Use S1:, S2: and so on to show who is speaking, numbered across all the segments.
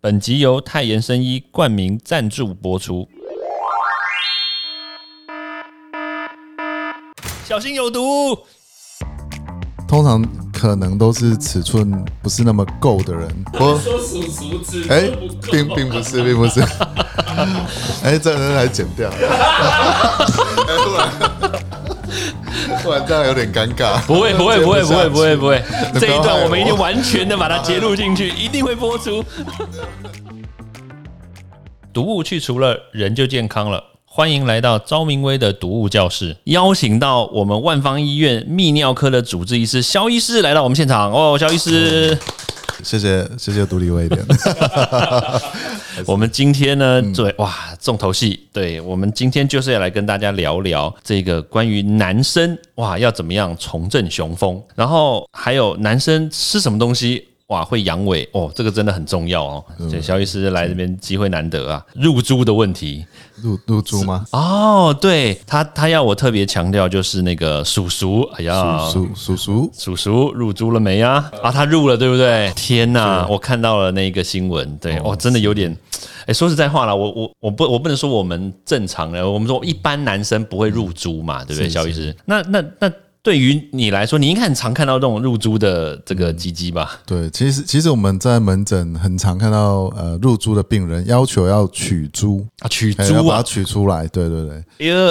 S1: 本集由泰妍生医冠名赞助播出。小心有毒！
S2: 通常可能都是尺寸不是那么够的人。不，
S3: 说数数指
S2: 哎、
S3: 都不够
S2: 并并不是，并不是。 哎、这人来剪掉。哎突然，突然这样有点尴尬。
S1: 不会，不会，不会，不会，不会，不会！
S2: 你不要
S1: 这一
S2: 害
S1: 段
S2: 我
S1: 我们一定完全的把它截录进去，一定会播出。毒物去除了，人就健康了。欢迎来到昭明威的毒物教室，邀请到我们万方医院泌尿科的主治医师肖医师来到我们现场哦，肖医师。
S2: 谢谢谢谢独立威廉。
S1: 我们今天呢，
S2: 嗯
S1: 对哇，重头戏，对我们今天就是要来跟大家聊聊这个关于男生哇要怎么样重振雄风，然后还有男生吃什么东西。哇，会阳痿哦，这个真的很重要哦。
S2: 嗯
S1: 这肖医师来这边机会难得啊，入猪的问题
S2: 入入猪吗？
S1: 哦，对他他要我特别强调就是那个叔叔，哎呀，
S2: 叔叔叔，
S1: 叔叔入猪了没啊？啊，他入了，对不对？哦天哪，我看到了那个新闻，对，我、真的有点，哎，说实在话啦，我我我不我不能说我们正常人，我们说一般男生不会入猪嘛，对不对，
S2: 是
S1: 肖医师？那那那对于你来说，你应该很常看到这种入猪的这个鸡鸡吧？
S2: 对，其实其实我们在门诊很常看到，呃，入猪的病人要求要取猪，
S1: 啊，取
S2: 哎要
S1: 猪
S2: 把它
S1: 啊，
S2: 取出来。对对对，
S1: 哎呦，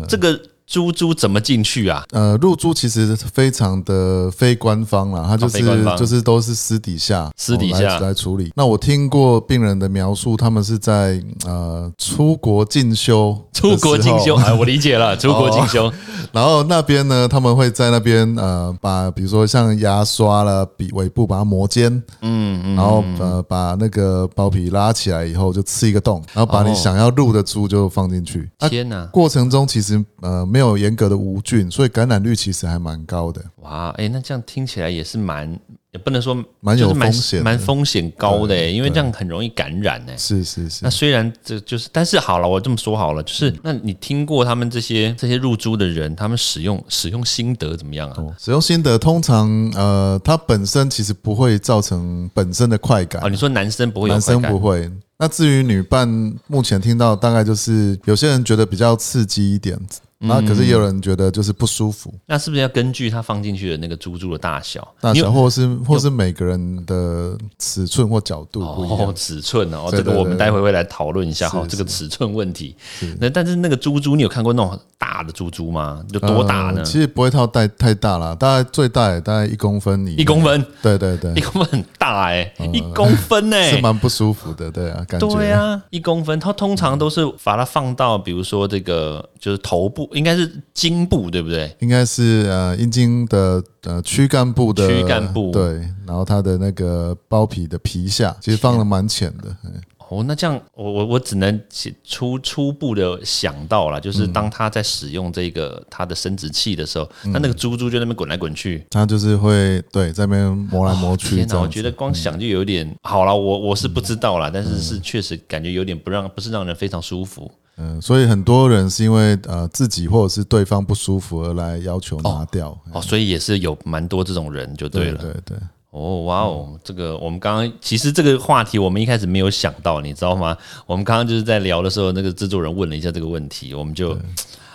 S1: 哎，这个猪猪怎么进去啊？
S2: 呃，入猪其实非常的非官方啦，它就
S1: 啊非
S2: 是、
S1: 官方
S2: 就是都是私底下
S1: 私底下
S2: 哦来来处理。那我听过病人的描述，他们是在呃出国进修，
S1: 出国进修，，哎，我理解 了，出国进修，
S2: 然后那边呢，他们会在那边呃把比如说像牙刷了、笔尾部把它磨尖，嗯，然后呃把那个包皮拉起来以后就刺一个洞，然后把
S1: 哦
S2: 你想要入的猪就放进去。啊
S1: 天哪！
S2: 过程中其实呃没有严格的无菌，所以感染率其实还蛮高的。
S1: 哇，哎、那这样听起来也是蛮，也不能说
S2: 蛮
S1: 就是
S2: 有风险的
S1: 蛮风险高的、欸，因为
S2: 对
S1: 这样很容易感染呢、
S2: 是是是
S1: 那，虽然这就是，但是好了，我这么说好了，就是
S2: 嗯
S1: 那你听过他们这些这些入猪的人，他们使用使用心得怎么样啊？
S2: 使用心得通常呃，它本身其实不会造成本身的快感，
S1: 哦，你说男生不会有
S2: 男
S1: 快
S2: 生
S1: 感
S2: 不会。那至于女伴，目前听到大概就是有些人觉得比较刺激一点，
S1: 嗯
S2: 那可是也有人觉得就是不舒服，
S1: 那是不是要根据他放进去的那个猪猪的大小？
S2: 大
S1: 你有
S2: 小或是或是每个人的尺寸或角度不一
S1: 哦
S2: 样，。
S1: 尺寸哦，
S2: 对
S1: 这个
S2: 对
S1: 我们
S2: 对
S1: 待会会来讨论一下哈，
S2: 是
S1: 这个尺寸问题。那但是那个猪猪，你有看过那种大的猪猪吗？有多大呢
S2: 呃？其实不会套太太大啦，大概最大也大概一公分以内
S1: 一公分，
S2: 对对对
S1: 一，公分很大哎、一公分哎、
S2: 嗯是蛮不舒服的，对啊，感觉
S1: 对啊，一公分，它通常都是把它放到，比如说这个就是头部，应该是颈部，对不对？
S2: 应该是呃阴茎的呃躯干部的
S1: 躯干部
S2: 对，然后它的那个包皮的皮下，其实放的蛮浅的，嗯
S1: 哦，那这样我我我只能起初初步的想到了，
S2: 嗯
S1: 就是当他在使用这个他的生殖器的时候，那那个猪猪就在那边滚来滚去。
S2: 它就是会对在那边磨来磨去
S1: 天
S2: 这
S1: 哪，
S2: 样子。嗯
S1: 我觉得光想就有点好了，我我是不知道啦，但是是确实感觉有点不让，不是让人非常舒服。
S2: 嗯、所以很多人是因为呃自己或者是对方不舒服而来要求拿掉。
S1: 哦，所以也是有蛮多这种人就对
S2: 对
S1: 了。
S2: 对对，
S1: 哦，哇哦，
S2: 嗯
S1: 这个我们刚刚其实这个话题我们一开始没有想到，你知道吗？我们刚刚就是在聊的时候，那个制作人问了一下这个问题，我们就，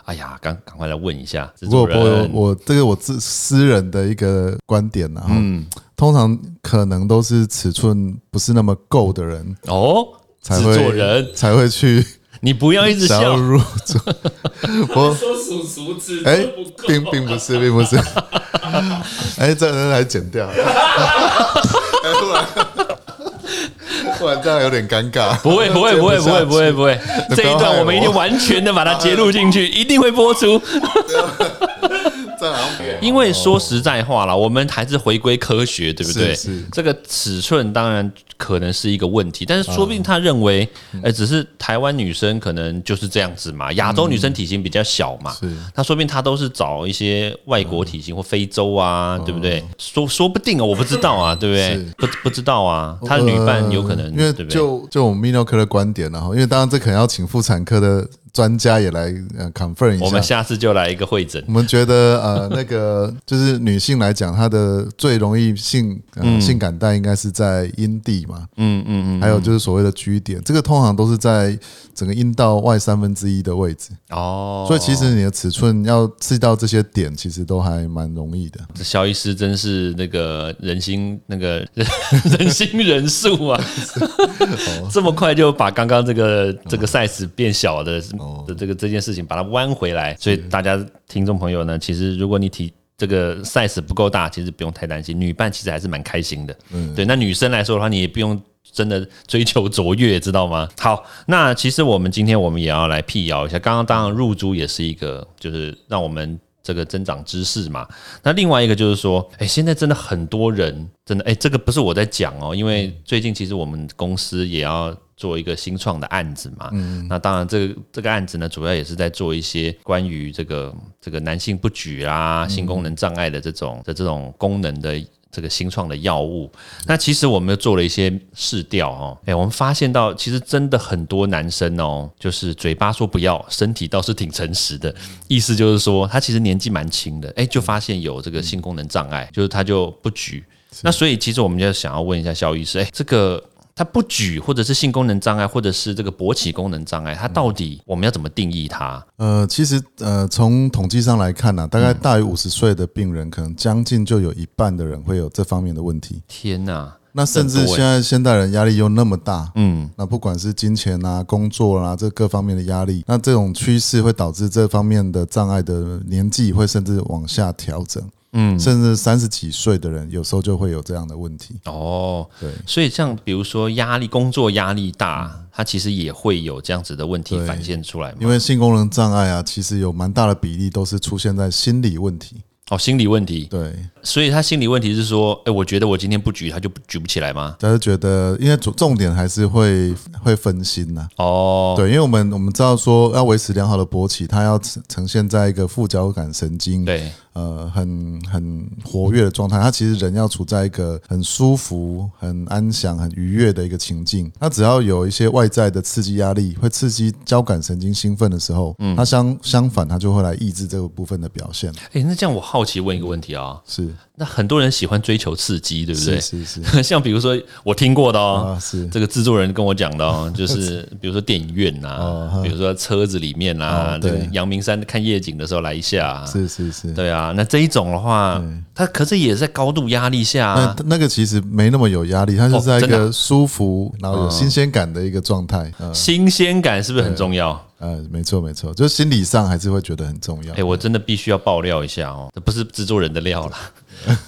S1: 哎呀，赶赶快来问一下制
S2: 不过
S1: 作
S2: 我
S1: 人。
S2: 我这个我自私人的一个观点呐、啊，嗯，通常可能都是尺寸不是那么够的人
S1: 哦，
S2: 才
S1: 制
S2: 会
S1: 作人，
S2: 才会去
S1: 你不要 一直
S2: 想要
S1: 笑，
S2: 入住，我
S3: 说数数指
S2: 哎、
S3: 都不够
S2: 并并不是，并不是。哎、这人来剪掉。哎突然，突然这样有点尴尬。
S1: 不会，不会， 不会，不会，不会，不会，
S2: 你不要
S1: 这一段
S2: 害
S1: 我们一定
S2: 我
S1: 完全的把它截录进去，一定会播出。
S2: 这样好像
S1: 因为说实在话啦，我们还是回归科学，对不对？
S2: 是是
S1: 这个尺寸当然可能是一个问题，但是说不定他认为，
S2: 嗯
S1: 哎、只是台湾女生可能就是这样子嘛，亚洲女生体型比较小嘛，
S2: 是
S1: 那说不定他都是找一些外国体型或非洲啊，对不对？说说不定哦，我不知道啊，对不对
S2: 嗯是？
S1: 不不知道啊，他的女伴有可能，
S2: 呃因为
S1: 对不对？
S2: 啊就就我们泌尿科的观点、然后因为当然这可能要请妇产科的专家也来呃 confirm 一下。
S1: 我们下次就来一个会诊
S2: 我。们觉得呃，那个 就是女性来讲，她的最容易性、呃性感带应该是在阴蒂嘛，
S1: 嗯嗯
S2: 还有就是所谓的 G 点，这个通常都是在整个阴道外三分之一的位置，
S1: 嗯，哦，
S2: 所以其实你的尺寸要刺到这些点，其实都还蛮容易的。
S1: 这肖医师真是那个人心那个 人人心人数啊，这么快就把刚刚这个这个 size 变小的的这个这件事情把它弯回来，所以大家听众朋友呢，其实如果你体这个 size 不够大，其实不用太担心，女伴其实还是蛮开心的。对，那女生来说的话，你也不用。真的追求卓越，知道吗？好，那其实我们今天我们也要来辟谣一下。刚刚当然入珠也是一个，就是让我们这个增长知识嘛。那另外一个就是说，哎、现在真的很多人真的，哎、这个不是我在讲哦，因为最近其实我们公司也要做一个新创的案子嘛。那当然，这个这个案子呢，主要也是在做一些关于这个这个男性不举啊、性功能障碍的这种的这种功能的。这个新创的药物，那其实我们又做了一些试调哦，哎，我们发现到其实真的很多男生哦，就是嘴巴说不要，身体倒是挺诚实的，意思就是说他其实年纪蛮轻的，哎，就发现有这个性功能障碍，就是他就不举。那所以其实我们就想要问一下肖医师，哎，这个他不举，或者是性功能障碍，或者是这个勃起功能障碍，它到底我们要怎么定义它？
S2: 呃，其实呃，从统计上来看呢、啊大
S1: 嗯
S2: 概大于五十岁的病人，可能将近就有一半的人会有这方面的问题。
S1: 天哪，
S2: 那甚
S1: 很
S2: 至
S1: 多欸
S2: 现在现代人压力又那么大，
S1: 嗯，
S2: 那不管是金钱啊、工作啊这各方面的压力，那这种趋势会导致这方面的障碍的年纪会甚至往下调整，嗯，甚至三十几岁的人有时候就会有这样的问题。
S1: 哦，
S2: 对
S1: 所以像比如说压力，工作压力大，它其实也会有这样子的问题
S2: 对
S1: 反现出来嘛。
S2: 因为性功能障碍啊，其实有蛮大的比例都是出现在心理问题。
S1: 哦，心理问题，
S2: 对，
S1: 所以他心理问题是说，哎、我觉得我今天不举，他就不举不起来吗？
S2: 大家觉得，因为重重点还是会会分心呐、
S1: 哦，
S2: 对，因为我们我们知道说，要维持良好的勃起，它要呈呈现在一个副交感神经
S1: 对，
S2: 呃很很活跃的状态，他其实人要处在一个很舒服、很安详、很愉悦的一个情境。他只要有一些外在的刺激压力，会刺激交感神经兴奋的时候，嗯，他相相反，他就会来抑制这个部分的表现。
S1: 哎、那这样我好奇问一个问题啊、
S2: 是
S1: 那很多人喜欢追求刺激，对不对
S2: 是？是是
S1: 像比如说我听过的哦，
S2: 啊是
S1: 这个制作人跟我讲的哦， 就是比如说电影院呐、比如说车子里面呐、
S2: 哦
S1: 这
S2: 啊对
S1: 个阳明山看夜景的时候来一下啊、
S2: 是是是。
S1: 对啊，那这一种的话，它可是也在高度压力下、
S2: 那
S1: 啊。
S2: 那个其实没那么有压力，它就
S1: 哦
S2: 是在一
S1: 真的嗯
S2: 个舒服，然后有新鲜感的一个状态。呃
S1: 新鲜感是不是很重要？
S2: 呃，没错没错，就心理上还是会觉得很重要
S1: 哎、。我真的必须要爆料一下哦，这不是制作人的料啦。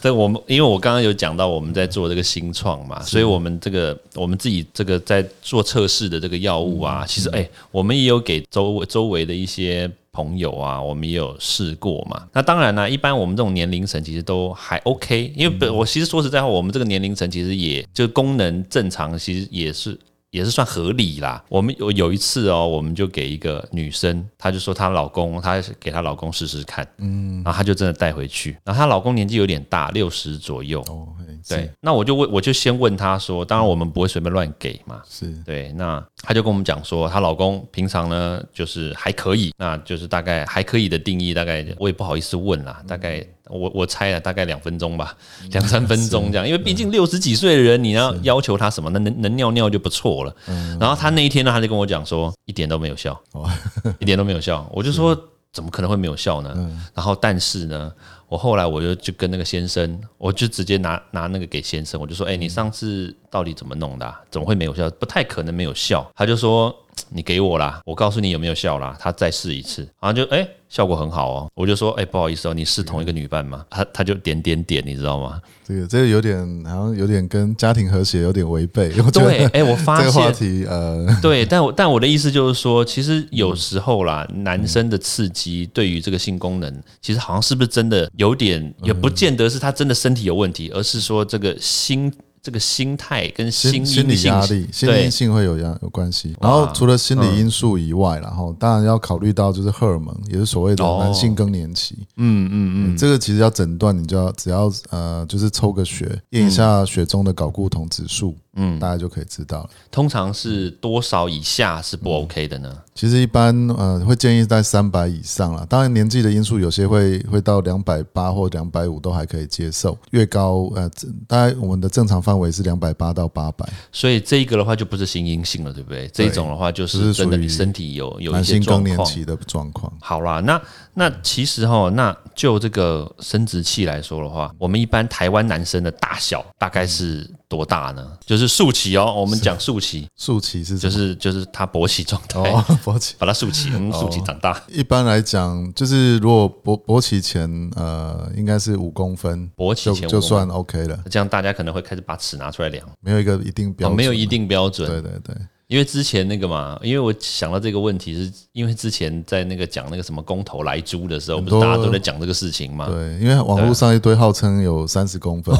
S1: 这我们因为我刚刚有讲到我们在做这个新创嘛，所以我们这个我们自己这个在做测试的这个药物啊，其实哎、我们也有给周围周围的一些朋友啊，我们也有试过嘛。那当然啦、一般我们这种年龄层其实都还 OK，因为本我其实说实在话，我们这个年龄层其实也就功能正常，其实也是。也是算合理啦。我们有有一次哦，我们就给一个女生，她就说她老公，她给她老公试试看，嗯，然后她就真的带回去。然后她老公年纪有点大，六十左右，
S2: 哦，嘿是
S1: 对，那我就问，我就先问她说，当然我们不会随便乱给嘛。
S2: 是
S1: 对，那她就跟我们讲说，她老公平常呢就是还可以，那就是大概还可以的定义，大概我也不好意思问啦，
S2: 嗯
S1: 大概我我猜了大概两分钟吧，两三分钟这样，因为毕竟六十几岁的人，你要要求他什么，那能能尿尿就不错了。然后她那一天呢，她就跟我讲说，一点都没有效，
S2: 嗯哦
S1: 一点都没有效，我就 说。怎么可能会没有效呢？
S2: 嗯
S1: 然后，但是呢，我后来我就就跟那个先生，我就直接拿拿那个给先生，我就说，哎、你上次到底怎么弄的啊、怎么会没有效？不太可能没有效。他就说，嘖你给我啦，我告诉你有没有效啦，他再试一次。然后就，哎、效果很好哦。我就说，哎、不好意思哦，你是同一个女伴吗？他他就点点点，你知道吗？
S2: 这个这个有点好像有点跟家庭和谐有点违 背，我觉
S1: 对，
S2: 得
S1: 哎、我发
S2: 这个话
S1: 现。
S2: 题呃，
S1: 对，但我但我的意思就是说，其实有时候啦，男生的刺激对于这个性功能，其实好像是不是真的有点，也
S2: 嗯
S1: 不见得是他真的身体有问题，而是说这个心这个心态跟
S2: 心
S1: 心
S2: 心
S1: 因
S2: 理
S1: 性
S2: 压力、心理
S1: 对
S2: 因性会有压有关系。然后除了心理因素以外啦，然后当然要考虑到就是荷尔蒙，也是所谓的
S1: 哦
S2: 男性更年期。嗯嗯嗯，这个其实要诊断，你就要只要呃，就是抽个血验一下血中的睾固酮指数，嗯，大家就可以知道了。
S1: 通常是多少以下是
S2: 嗯
S1: 不 OK 的呢？
S2: 其实一般呃会建议在三百以上啦，当然年纪的因素有些会会到两百八或两百五都还可以接受，越高呃这大概我们的正常范围是两百八到八百，
S1: 所以这一个的话就不是心因性了，对不对？这一种的话就
S2: 就是是
S1: 真的
S2: 属于
S1: 你身体有有一
S2: 男
S1: 些
S2: 性
S1: 状
S2: 更年
S1: 况。
S2: 期的状况。
S1: 好啦，那那其实哈，那就这个生殖器来说的话，我们一般台湾男生的大小大概是多大呢？就是竖起哦，我们讲竖起，
S2: 竖起是
S1: 就
S2: 什么？
S1: 是哎就是他勃起状态，
S2: 哦， 勃起。
S1: 把它竖起，嗯，竖起长大。
S2: 一般来讲，就是如果勃勃起前呃应该是五公分，
S1: 勃起
S2: 就
S1: 前
S2: 就
S1: 5公分
S2: 算 OK 了，
S1: 这样大家可能会开始把尺拿出来量，
S2: 没有一个一定
S1: 哦，
S2: 标准，
S1: 没有一。定标准，
S2: 对对对，
S1: 因为之前那个嘛，因为我想到这个问题是，因为之前在那个讲那个什么公投来租的时候，不是
S2: 很多
S1: 大家都在讲这个事情嘛？
S2: 对，因为网络上一堆号称有三十公分，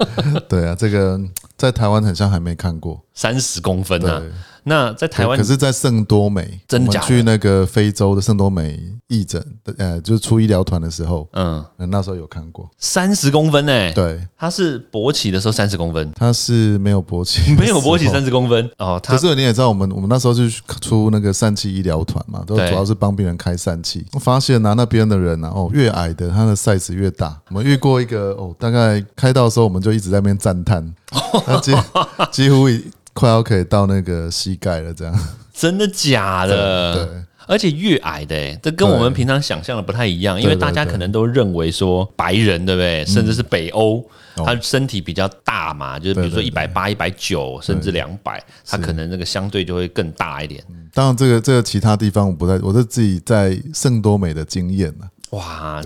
S2: 对啊，这个在台湾很像还没看过。
S1: 三十公分啊
S2: 对，
S1: 那在台湾
S2: 可是，在圣多美，
S1: 真
S2: 我
S1: 假
S2: 们
S1: 的
S2: 去那个非洲的圣多美义诊，呃，就是出医疗团的时候，
S1: 嗯，
S2: 呃那时候有看过。
S1: 三十公分呢、欸
S2: 对，
S1: 它是勃起的时候三十公分，
S2: 它是没有勃起，
S1: 没有勃起三。十公分哦，它
S2: 可是你也知道，我们我们那时候是出那个疝气医疗团嘛，都
S1: 对
S2: 主要是帮病人开疝气。我发现拿那边的人啊，哦，越矮的他的 size 越大。我们遇过一个哦，大概开刀的时候，我们就一直在那边 赞叹，他几几乎已快要可以到那个膝盖了，这样。
S1: 真的假的？
S2: 对
S1: 而且越矮的、欸，这跟我们平常想象的不太一样，因为
S2: 对对
S1: 大家可能都认为说白人，对不对？甚至是北欧，他身体比较大嘛，就是比如说一
S2: 对对
S1: 百八、一百九，甚至两百，他可能那个相对就会更大一点。
S2: 当然，这个这个其他地方我不太，我是自己在圣多美的经验呢、
S1: 哇，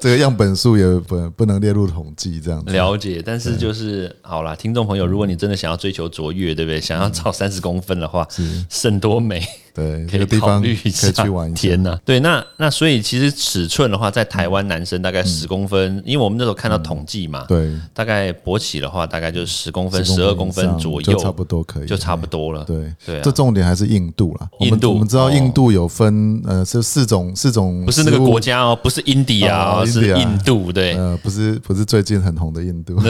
S2: 这个样本数也不不能列入统计这样子。
S1: 了解，但是就是好啦，听众朋友，如果你真的想要追求卓越，对不对？想要超三十公分的话，圣多美
S2: 对，
S1: 可
S2: 这
S1: 以
S2: 个地
S1: 考
S2: 方可
S1: 虑一
S2: 以
S1: 下。
S2: 去玩一下。
S1: 天呐，对，那那所以其实尺寸的话，在台湾男生大概十公分，因为我们那时候看到统计嘛，
S2: 嗯对，嗯
S1: 大概勃起的话，大概就是十公分、
S2: 10
S1: 十二公分
S2: 以上
S1: 左
S2: 就差
S1: 右，
S2: 不多可以，
S1: 就差不多了。
S2: 对
S1: 对啊
S2: 这重点还是印度啦。我
S1: 印
S2: 们
S1: 度
S2: 我们知道
S1: 哦
S2: 印度有分呃，这四种四种
S1: 不是那个
S2: 食物
S1: 国，家哦，不是 India 哦，
S2: 哦
S1: 是
S2: India
S1: 印度。对，
S2: 呃，不是不是最近很红的 印度，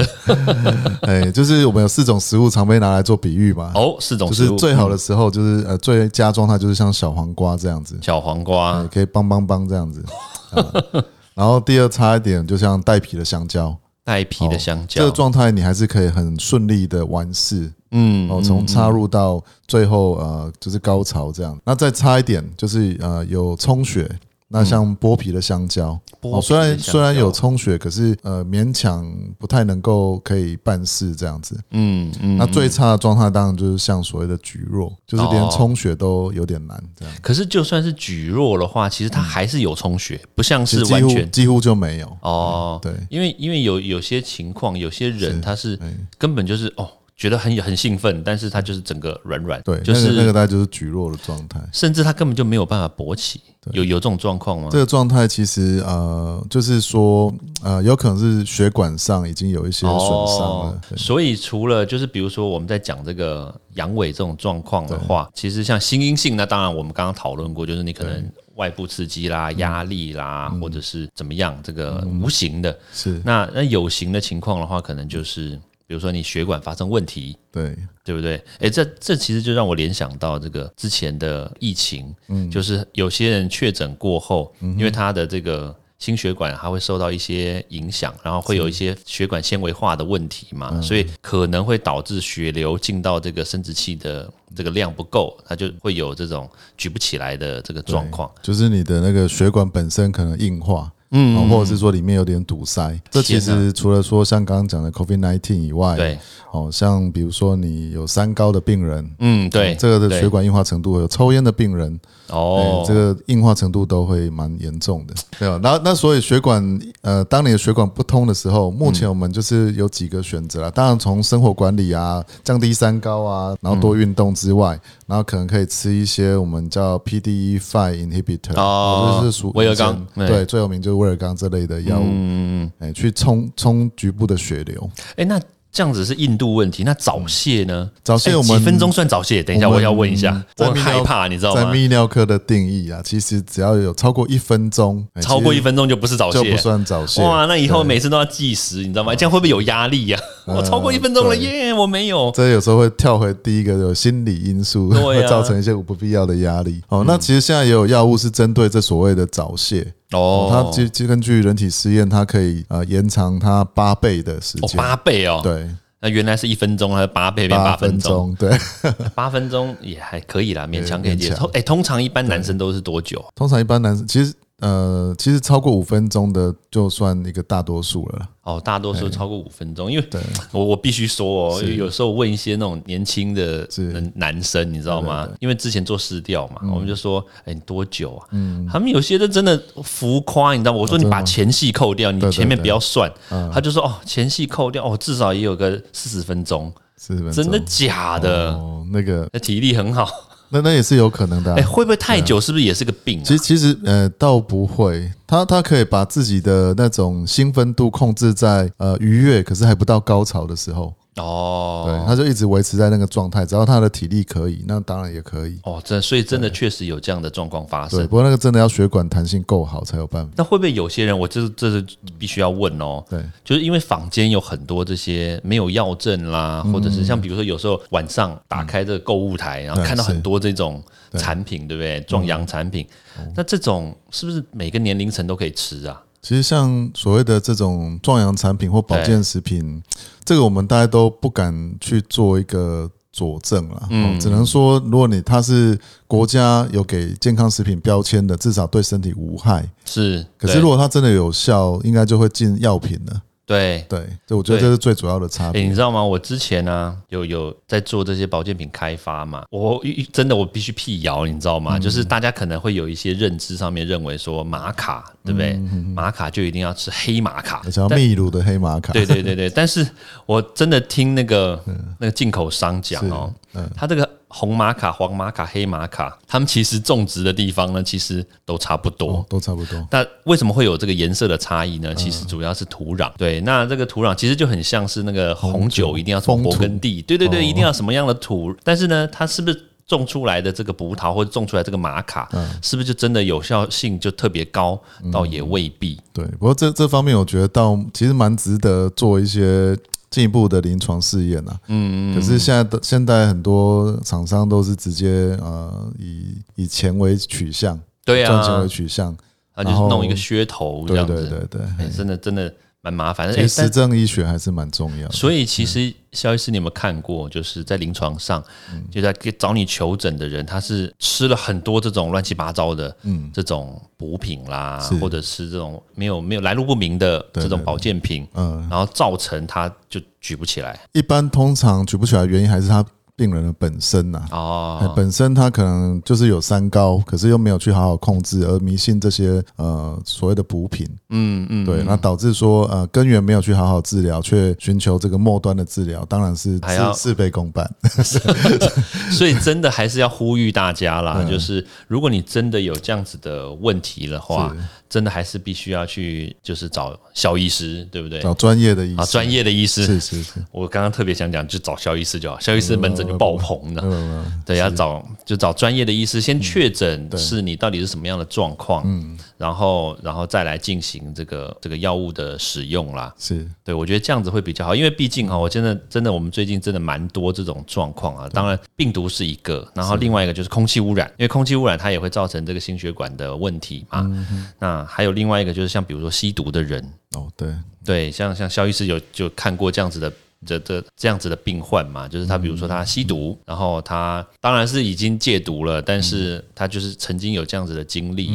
S2: 哎，就是我们有四种食物常被拿来做比喻嘛。
S1: 哦，四种
S2: 就
S1: 食
S2: 是
S1: 物，嗯
S2: 最好的时候，就是呃最佳状态就是像小黄瓜这样子，
S1: 小黄瓜
S2: 呃、可以邦邦邦这样子。啊 然后第二差一点，就像带皮的香蕉，
S1: 带皮的香
S2: 哦这
S1: 蕉
S2: 个，状态你还是可以很顺利的完事。
S1: 嗯，
S2: 哦，从插入到最后呃，就是高潮这样。那再差一点就是呃，有充血。那像剥皮的香蕉，
S1: 剥皮的
S2: 哦，虽然
S1: 香蕉
S2: 虽然有充血，可是呃勉强不太能够可以办事这样子。
S1: 嗯嗯。
S2: 那最差的状态当然就是像所谓的菊弱，就是
S1: 哦
S2: 连充血都有点难这样。
S1: 可是就算是举弱的话，其实它还是有充血，不像
S2: 嗯其实
S1: 是
S2: 几
S1: 完
S2: 乎嗯
S1: 全
S2: 几乎就没有。
S1: 哦。
S2: 对，
S1: 因为因为有有些情况，有些人他是
S2: 对
S1: 根本就是哦，觉得很很兴奋，但是他就是整个软软，
S2: 对，
S1: 就
S2: 那个那个
S1: 是哦
S2: 大概就是菊弱的状态。
S1: 甚至他根本就没有办法勃起，有有这种状况吗
S2: 这？个状态其实呃，就是说呃，有可能是血管上已经有一些损伤了。对
S1: 哦所以除了就是比如说我们在讲这个阳痿这种状况的话，其实像心因性，那当然我们刚刚讨论过，就是你可能外部刺激啦、
S2: 嗯
S1: 压力啦，或者是怎么样，这个无形的。
S2: 是，
S1: 那那有形的情况的话，可能就是比如说你血管发生问题，
S2: 对，
S1: 对不对？诶，这这其实就让我联想到这个之前的疫情，
S2: 嗯
S1: 就是有些人确诊过后，因为他的这个心血管它会受到一些影响，然后会有一些血管纤维化的问题嘛，
S2: 嗯
S1: 所以可能会导致血流进到这个生殖器的这个量不够，它就会有这种举不起来的这个状况。
S2: 就是你的那个血管本身可能硬化。嗯，或者是说里面有点堵塞，这其实除了说像刚刚讲的 COVID nineteen 以外，
S1: 对，
S2: 哦，像比如说你有三高的病人，哦
S1: 嗯，对，
S2: 这个的
S1: 对
S2: 血管硬化程度，有抽烟的病人，
S1: 哦
S2: 哎，这个硬化程度都会蛮严重的，对吧？那那所以血管，呃，当你的血管不通的时候，目前我们就是有几个选择啦。当然，从生活管理啊、降低三高啊，然后多运动之外，然后可能可以吃一些我们叫 PDE five inhibitor，
S1: 哦
S2: 就是属
S1: 威尔刚对嗯
S2: 对，最有名就是威尔刚这类的药物，哎，去冲冲局部的血流。
S1: 哎，那这样子是硬度问题。那早泄呢？
S2: 嗯早泄
S1: 哎
S2: 我们
S1: 几分钟算早泄？等一下，我要问一下
S2: 们，嗯
S1: 我
S2: 在
S1: 很
S2: 泌
S1: 害
S2: 尿
S1: 怕，你知道
S2: 在
S1: 吗？
S2: 泌尿科的定义啊，其实只要有超过一分钟，哎
S1: 超过一
S2: 其实
S1: 分钟就不是早
S2: 就
S1: 泄
S2: 不，算早泄。
S1: 哦哇，那以后
S2: 对
S1: 每次都要计时，你知道吗？这样会不会有压力呀、我超过一分钟了
S2: 嗯对
S1: 耶，我没有。
S2: 这有时候会跳回第一个有心理因素，
S1: 对啊嗯
S2: 会造成一些不必要的压力。哦，那其实现在也有药物是针对这所谓的早泄，哦，它
S1: 哦，
S2: 其其根据人体实验，它可以呃延长它八倍的时
S1: 哦
S2: 间，
S1: 八倍哦，
S2: 对，
S1: 那原来是一分钟，它是八倍变
S2: 八
S1: 八分钟，
S2: 钟，对，
S1: 八分钟也还可以啦，勉强可
S2: 对
S1: 以接
S2: 勉强
S1: 受。哎、通常一般男生都是多久？
S2: 通常一般男生其实呃其实超过五分钟的就算一个大多数了啦，
S1: 哦，大多数超过五分钟，因为我我必须说哦，有时候问一些那种年轻的男男生，你知道吗？因为之前做试调
S2: 嗯
S1: 嘛，我们就说，哎，你多久啊？他们有些人真的浮夸，你知道吗？我说
S2: 哦
S1: 你把前戏扣掉，你
S2: 对对
S1: 前面
S2: 对嗯
S1: 不要算，他就说哦，前戏扣掉，哦，至少也有个四十分钟，
S2: 四十分钟，
S1: 真的假的？
S2: 哦，那个
S1: 那体力很好，
S2: 那那也是有可能的啊、
S1: 哎，会不会太久？是不是也是个病啊？
S2: 其实其实呃倒不会，他他可以把自己的那种兴奋度控制在呃愉悦，可是还不到高潮的时候，对，
S1: 哦，
S2: 他就一直维持在那个状态，只要他的体力可以，那当然也可以。
S1: 哦，真的，所以真的确实有这样的状况发生
S2: 对，。不过那个真的要血管弹性够好才有办法。
S1: 那会不会有些人，我这这是必须要问哦，
S2: 对，
S1: 就是因为坊间有很多这些没有药证啦，或
S2: 嗯
S1: 者是像比如说有时候晚上打开这个购物台，然后
S2: 对
S1: 看到很
S2: 是
S1: 多这种产品，对不对？壮阳产品，
S2: 嗯哦
S1: 那这种是不是每个年龄层都可以吃啊？
S2: 其实像所谓的这种壮阳产品或保健食品，这个我们大家都不敢去做一个佐证了、哦只能说如果你它是国家有给健康食品标签的，至少对身体无害。
S1: 是，
S2: 可是
S1: 对
S2: 如果它真的有效，应该就会进药品了。
S1: 对。
S2: 对，这我觉得
S1: 对
S2: 这是最主要的差
S1: 哎、
S2: 别。
S1: 你知道吗？我之前呢、有有在做这些保健品开发嘛，我一一真的我必须辟谣，你知道
S2: 嗯
S1: 吗？就是大家可能会有一些认知上面认为说玛卡，对不对？
S2: 嗯
S1: 玛卡就一定要吃黑玛卡，
S2: 想要秘鲁的黑玛卡，
S1: 对对对 对，但是我真的听那个
S2: 嗯
S1: 那个进口商讲哦，他这个红玛卡、黄玛卡、黑玛卡，他们其实种植的地方呢，其实都差不多
S2: 哦。，嗯都差不多。
S1: 那为什么会有这个颜色的差异呢？其实主要是土壤。对，那这个土壤其实就很像是那个红酒一定要什么
S2: 风土
S1: 勃艮第，对对对，
S2: 哦
S1: 一定要什么样的土。但是呢，它是不是种出来的这个葡萄或者种出来这个玛卡，
S2: 嗯
S1: 是不是就真的有效性就特别高？倒也未必。
S2: 对，不过这这方面我觉得到其实蛮值得做一些进一步的临床试验啊。嗯可是现在的现在很多厂商都是直接呃以以钱为取向，
S1: 对啊，
S2: 赚钱为取向。
S1: 他就是
S2: 然后
S1: 弄一个噱头这
S2: 对
S1: 样子，
S2: 哦对对对，
S1: 哎真的真的蛮麻烦。
S2: 其
S1: 哎
S2: 实
S1: 但
S2: 实证医学还是蛮重要的。
S1: 所以其实肖医师，你有没有看过，就是在临床上，
S2: 嗯
S1: 就在给找你求诊的人，他是吃了很多这种乱七八糟的，嗯，这种补品啦
S2: 是，
S1: 或者是这种没有没有来路不明的这种保健品，
S2: 嗯，
S1: 然后造成他就举不起来
S2: 一般通常举不起来，原因还是他病人的本身呐、哎
S1: 哦，
S2: 本身他可能就是有三高，可是又没有去好好控制，而迷信这些呃所谓的补品，
S1: 嗯嗯，
S2: 对，那导致说呃根源没有去好好治疗，却寻求这个末端的治疗，当然是
S1: 还要
S2: 事事倍功半。
S1: 所以真的还是要呼吁大家啦，
S2: 嗯
S1: 就是如果你真的有这样子的问题的话，真的还是必须要去就是找肖医师，对不对？
S2: 找专业的医
S1: 啊，
S2: 生，
S1: 专业的医师
S2: 是是是，
S1: 我刚刚特别想讲，就找肖医师就好，肖医师门诊就爆棚了。
S2: 嗯，
S1: 对，要找就找专业的医师，先确诊是你到底是什么样的状况，
S2: 嗯
S1: 然后然后再来进行这个这个药物的使用啦。
S2: 是
S1: 对，我觉得这样子会比较好，因为毕竟哈、
S2: 嗯
S1: 我真的真的我们最近真的蛮多这种状况啊。当然，病毒是一个，然后另外一个就是空气污染，因为空气污染它也会造成这个心血管的问题嘛。
S2: 嗯
S1: 那还有另外一个就是像比如说吸毒的人，
S2: 哦，对，
S1: 对，像像肖医师有就看过这样子的。这这这样子的病患嘛，就是他，比如说他吸毒，然后他当然是已经戒毒了，但是他就是曾经有这样子的经历，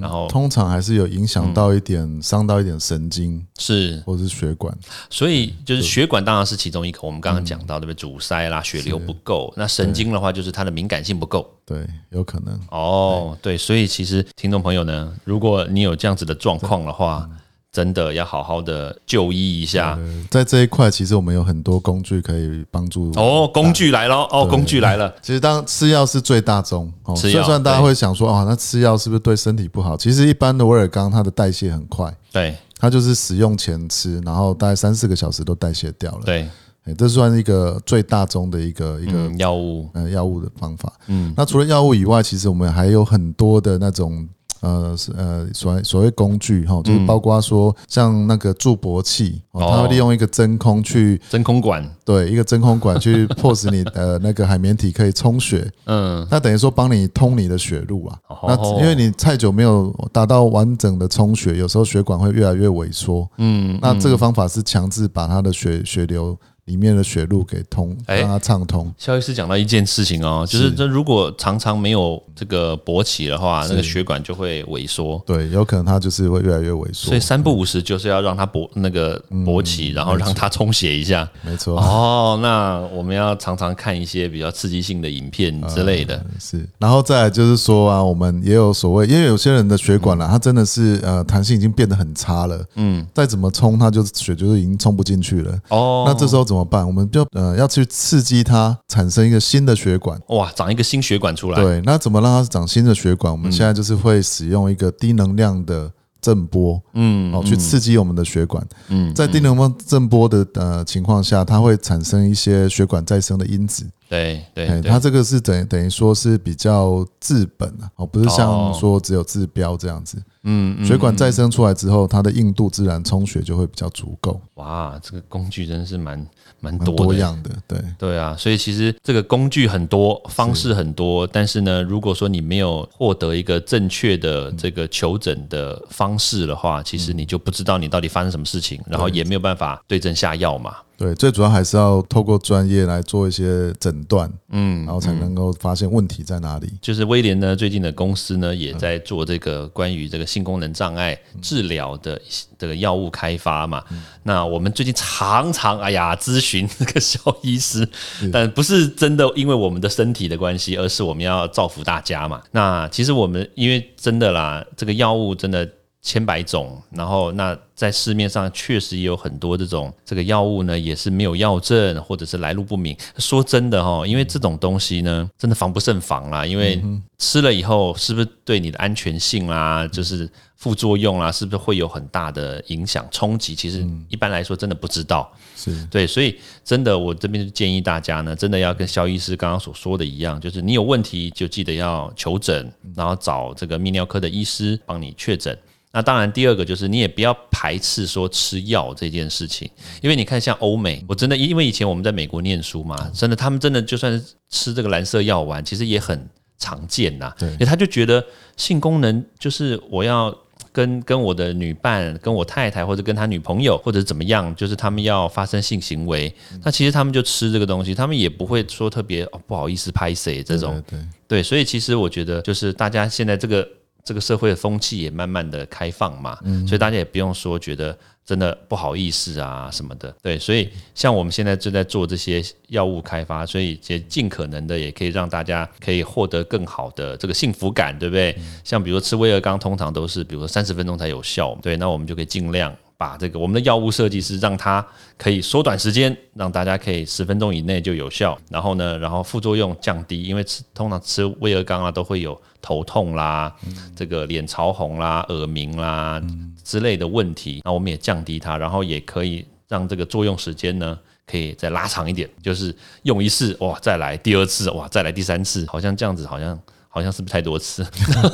S1: 然后
S2: 通常还是有影
S1: 嗯
S2: 响到一点，伤到一点神经
S1: 是，
S2: 或是血管，
S1: 所以就是血管当然是其中一个，我们刚刚讲到对不对？阻塞啦，血流不够，那神经的话就是它的敏感性不够，
S2: 对，有可能。
S1: 哦，对，所以其实听众朋友呢，如果你有这样子的状况的话，真的要好好的就医一下。
S2: 呃在这一块，其实我们有很多工具可以帮助
S1: 哦，工具来了，哦，工具来了，
S2: 其实当吃药是最大宗哦，
S1: 吃
S2: 虽
S1: 药
S2: 然大家
S1: 对
S2: 会想说啊、那吃药是不是对身体不好？其实一般的威尔刚它的代谢很快，
S1: 对
S2: 它就是使用前吃，然后大概三四个小时都代谢掉了。
S1: 对，
S2: 哎，这算是一个最大宗的一个一个
S1: 嗯，药物，
S2: 呃药物的方法。嗯，那除了药物以外，其实我们还有很多的那种呃是呃所谓所谓工具哈，就是包括说像那个助勃器，哦
S1: 嗯哦
S2: 它会利用一个真空去
S1: 真空管，
S2: 对一个真空管去 迫使你呃那个海绵体可以充血，
S1: 嗯，
S2: 那等于说帮你通你的血路啊。
S1: 哦
S2: 那因为你太久没有达到完整的充血，有时候血管会越来越萎缩。嗯，那这个方法是强制把它的血血流里面的血路给通，
S1: 哎
S2: 让它畅通。
S1: 肖医师讲到一件事情哦，就是这如果常常没有这个勃起的话，那个血管就会萎缩，
S2: 对，有可能它就是会越来越萎缩
S1: 所以。三不五时就是要让它勃那个勃起，然后让它充血一下。
S2: 嗯没错，
S1: 哦，那我们要常常看一些比较刺激性的影片之类的。
S2: 嗯是。然后再来就是说啊，我们也有所谓，因为有些人的血管啦、
S1: 嗯
S2: 啊它真的是呃弹性已经变得很差了。嗯，再怎么冲，它就是血就是已经冲不进去了。
S1: 哦，
S2: 那这时候怎么办？我们就呃要去刺激它产生一个新的血管。
S1: 哇，长一个新血管出来，
S2: 对，那怎么让它长新的血管？我
S1: 嗯
S2: 们现在就是会使用一个低能量的震波，嗯，哦，去刺激我们的血管。嗯，在低能量震波的呃情况下，它会产生一些血管再生的因子。
S1: 对对
S2: 哎，
S1: 对
S2: 它，这个是等等于说是比较治本啊，哦，不是像
S1: 哦
S2: 说只有治标这样子。
S1: 嗯，嗯
S2: 血管再生出来之后，它的硬度自然充血就会比较足够，
S1: 哇，这个工具真是蛮蛮
S2: 蛮
S1: 多
S2: 多
S1: 的。
S2: 样的。对，
S1: 对啊，所以其实这个工具很多，方式很多，但是呢，如果说你没有获得一个正确的这个求诊的方式的话，其实你就不知道你到底发生什么事情，然后也没有办法对症下药嘛。
S2: 对，最主要还是要透过专业来做一些诊断，嗯，然后才能够发现问题在哪里。
S1: 就是威廉呢，最近的公司呢也在做这个关于这个性功能障碍治疗的一些这个药物开发嘛。那我们最近常常哎呀咨询这个肖医师，但不是真的因为我们的身体的关系，而是我们要造福大家嘛。那其实我们因为真的啦，这个药物真的。千百种，然后那在市面上确实也有很多这种这个药物呢，也是没有药证或者是来路不明。说真的哈、哦，因为这种东西呢，真的防不胜防啦。因为吃了以后，是不是对你的安全性啦，就是副作用啦，是不是会有很大的影响冲击？其实一般来说，真的不知道。
S2: 是，
S1: 对，所以真的，我这边就建议大家呢，真的要跟肖医师刚刚所说的一样，就是你有问题就记得要求诊，然后找这个泌尿科的医师帮你确诊。那当然，第二个就是你也不要排斥说吃药这件事情，因为你看像欧美，我真的因为以前我们在美国念书嘛，真的他们真的就算是吃这个蓝色药丸，其实也很常见呐、
S2: 对
S1: 因为他就觉得性功能就是我要跟跟我的女伴、跟我太太，或者跟他女朋友，或者怎么样，就是他们要发生性行为，那其实他们就吃这个东西，他们也不会说特别、哦、不好意思拍谁这种，
S2: 对对
S1: 对，所以其实我觉得，就是大家现在这个这个社会的风气也慢慢的开放嘛，所以大家也不用说觉得真的不好意思啊什么的。对，所以像我们现在正在做这些药物开发，所以也尽可能的也可以让大家可以获得更好的这个幸福感，对不对？像比如说吃威尔刚，通常都是比如说三十分钟才有效，对，那我们就可以尽量。把这个我们的药物设计是让它可以缩短时间，让大家可以十分钟以内就有效。然后呢，然后副作用降低，因为吃通常吃威尔刚啊都会有头痛啦、这个脸潮红啦、耳鸣啦、之类的问题，那我们也降低它，然后也可以让这个作用时间呢。可以再拉长一点，就是用一次哇，再来第二次哇，再来第三次，好像这样子，好像好像是不是太多次？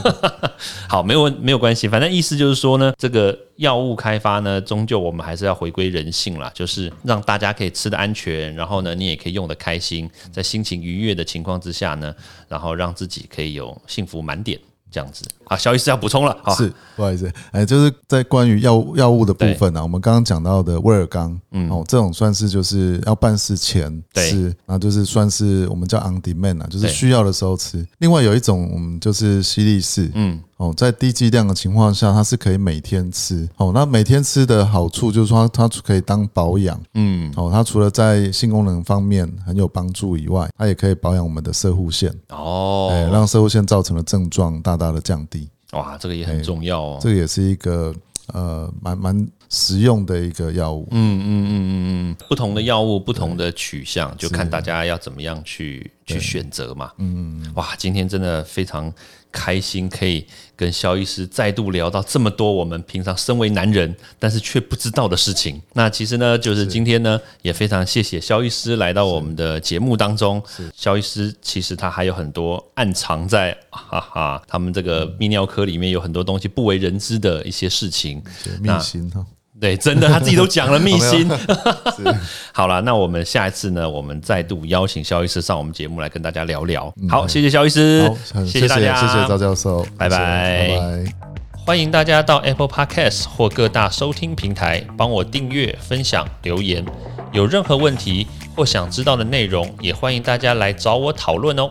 S1: 好，没有问没有关系，反正意思就是说呢，这个药物开发呢，终究我们还是要回归人性啦，就是让大家可以吃的安全，然后呢，你也可以用的开心，在心情愉悦的情况之下呢，然后让自己可以有幸福满点这样子。啊好，肖医师要补充了，好，
S2: 是，不好意思，哎，就是在关于药物药物的部分呢、啊，我们刚刚讲到的威尔刚，嗯，哦，这种算是就是要办事前
S1: 对
S2: 吃，那就是算是我们叫 on demand 啊，就是
S1: 对
S2: 需要的时候吃。另外有一种我们就是西力士，嗯，哦，在低剂量的情况下，它是可以每天吃，哦，那每天吃的好处就是说它它可以当保养，嗯，哦，它除了在性功能方面很有帮助以外，它也可以保养我们的射护腺，哎，
S1: 哦，
S2: 让射护腺造成的症状大大的降低。
S1: 哇，这个也很重要哦。
S2: 哎这个也是一个呃蛮蛮实用的一个药物。
S1: 嗯嗯嗯嗯嗯，不同的药物，不同的取向，就看大家要怎么样去去选择嘛。嗯，哇，今天真的非常开心，可以跟肖医师再度聊到这么多我们平常身为男人但是却不知道的事情。那其实呢，就是今天呢，也非常谢谢肖医师来到我们的节目当中。肖医师其实他还有很多暗藏在啊哈哈他们这个泌尿科里面有很多东西不为人知的一些事情。
S2: 密心哈，
S1: 对，真的，他自己都讲了秘 辛。
S2: 是
S1: 好了，那我们下一次呢，我们再度邀请肖医师上我们节目来跟大家聊聊。嗯好，谢谢肖医师
S2: 好，，很
S1: 谢
S2: 谢
S1: 大家，
S2: 谢谢赵教授，
S1: 拜拜
S2: 谢谢拜拜。
S1: 欢迎大家到 Apple Podcast 或各大收听平台帮我订阅、分享、留言。有任何问题或想知道的内容，也欢迎大家来找我讨论哦。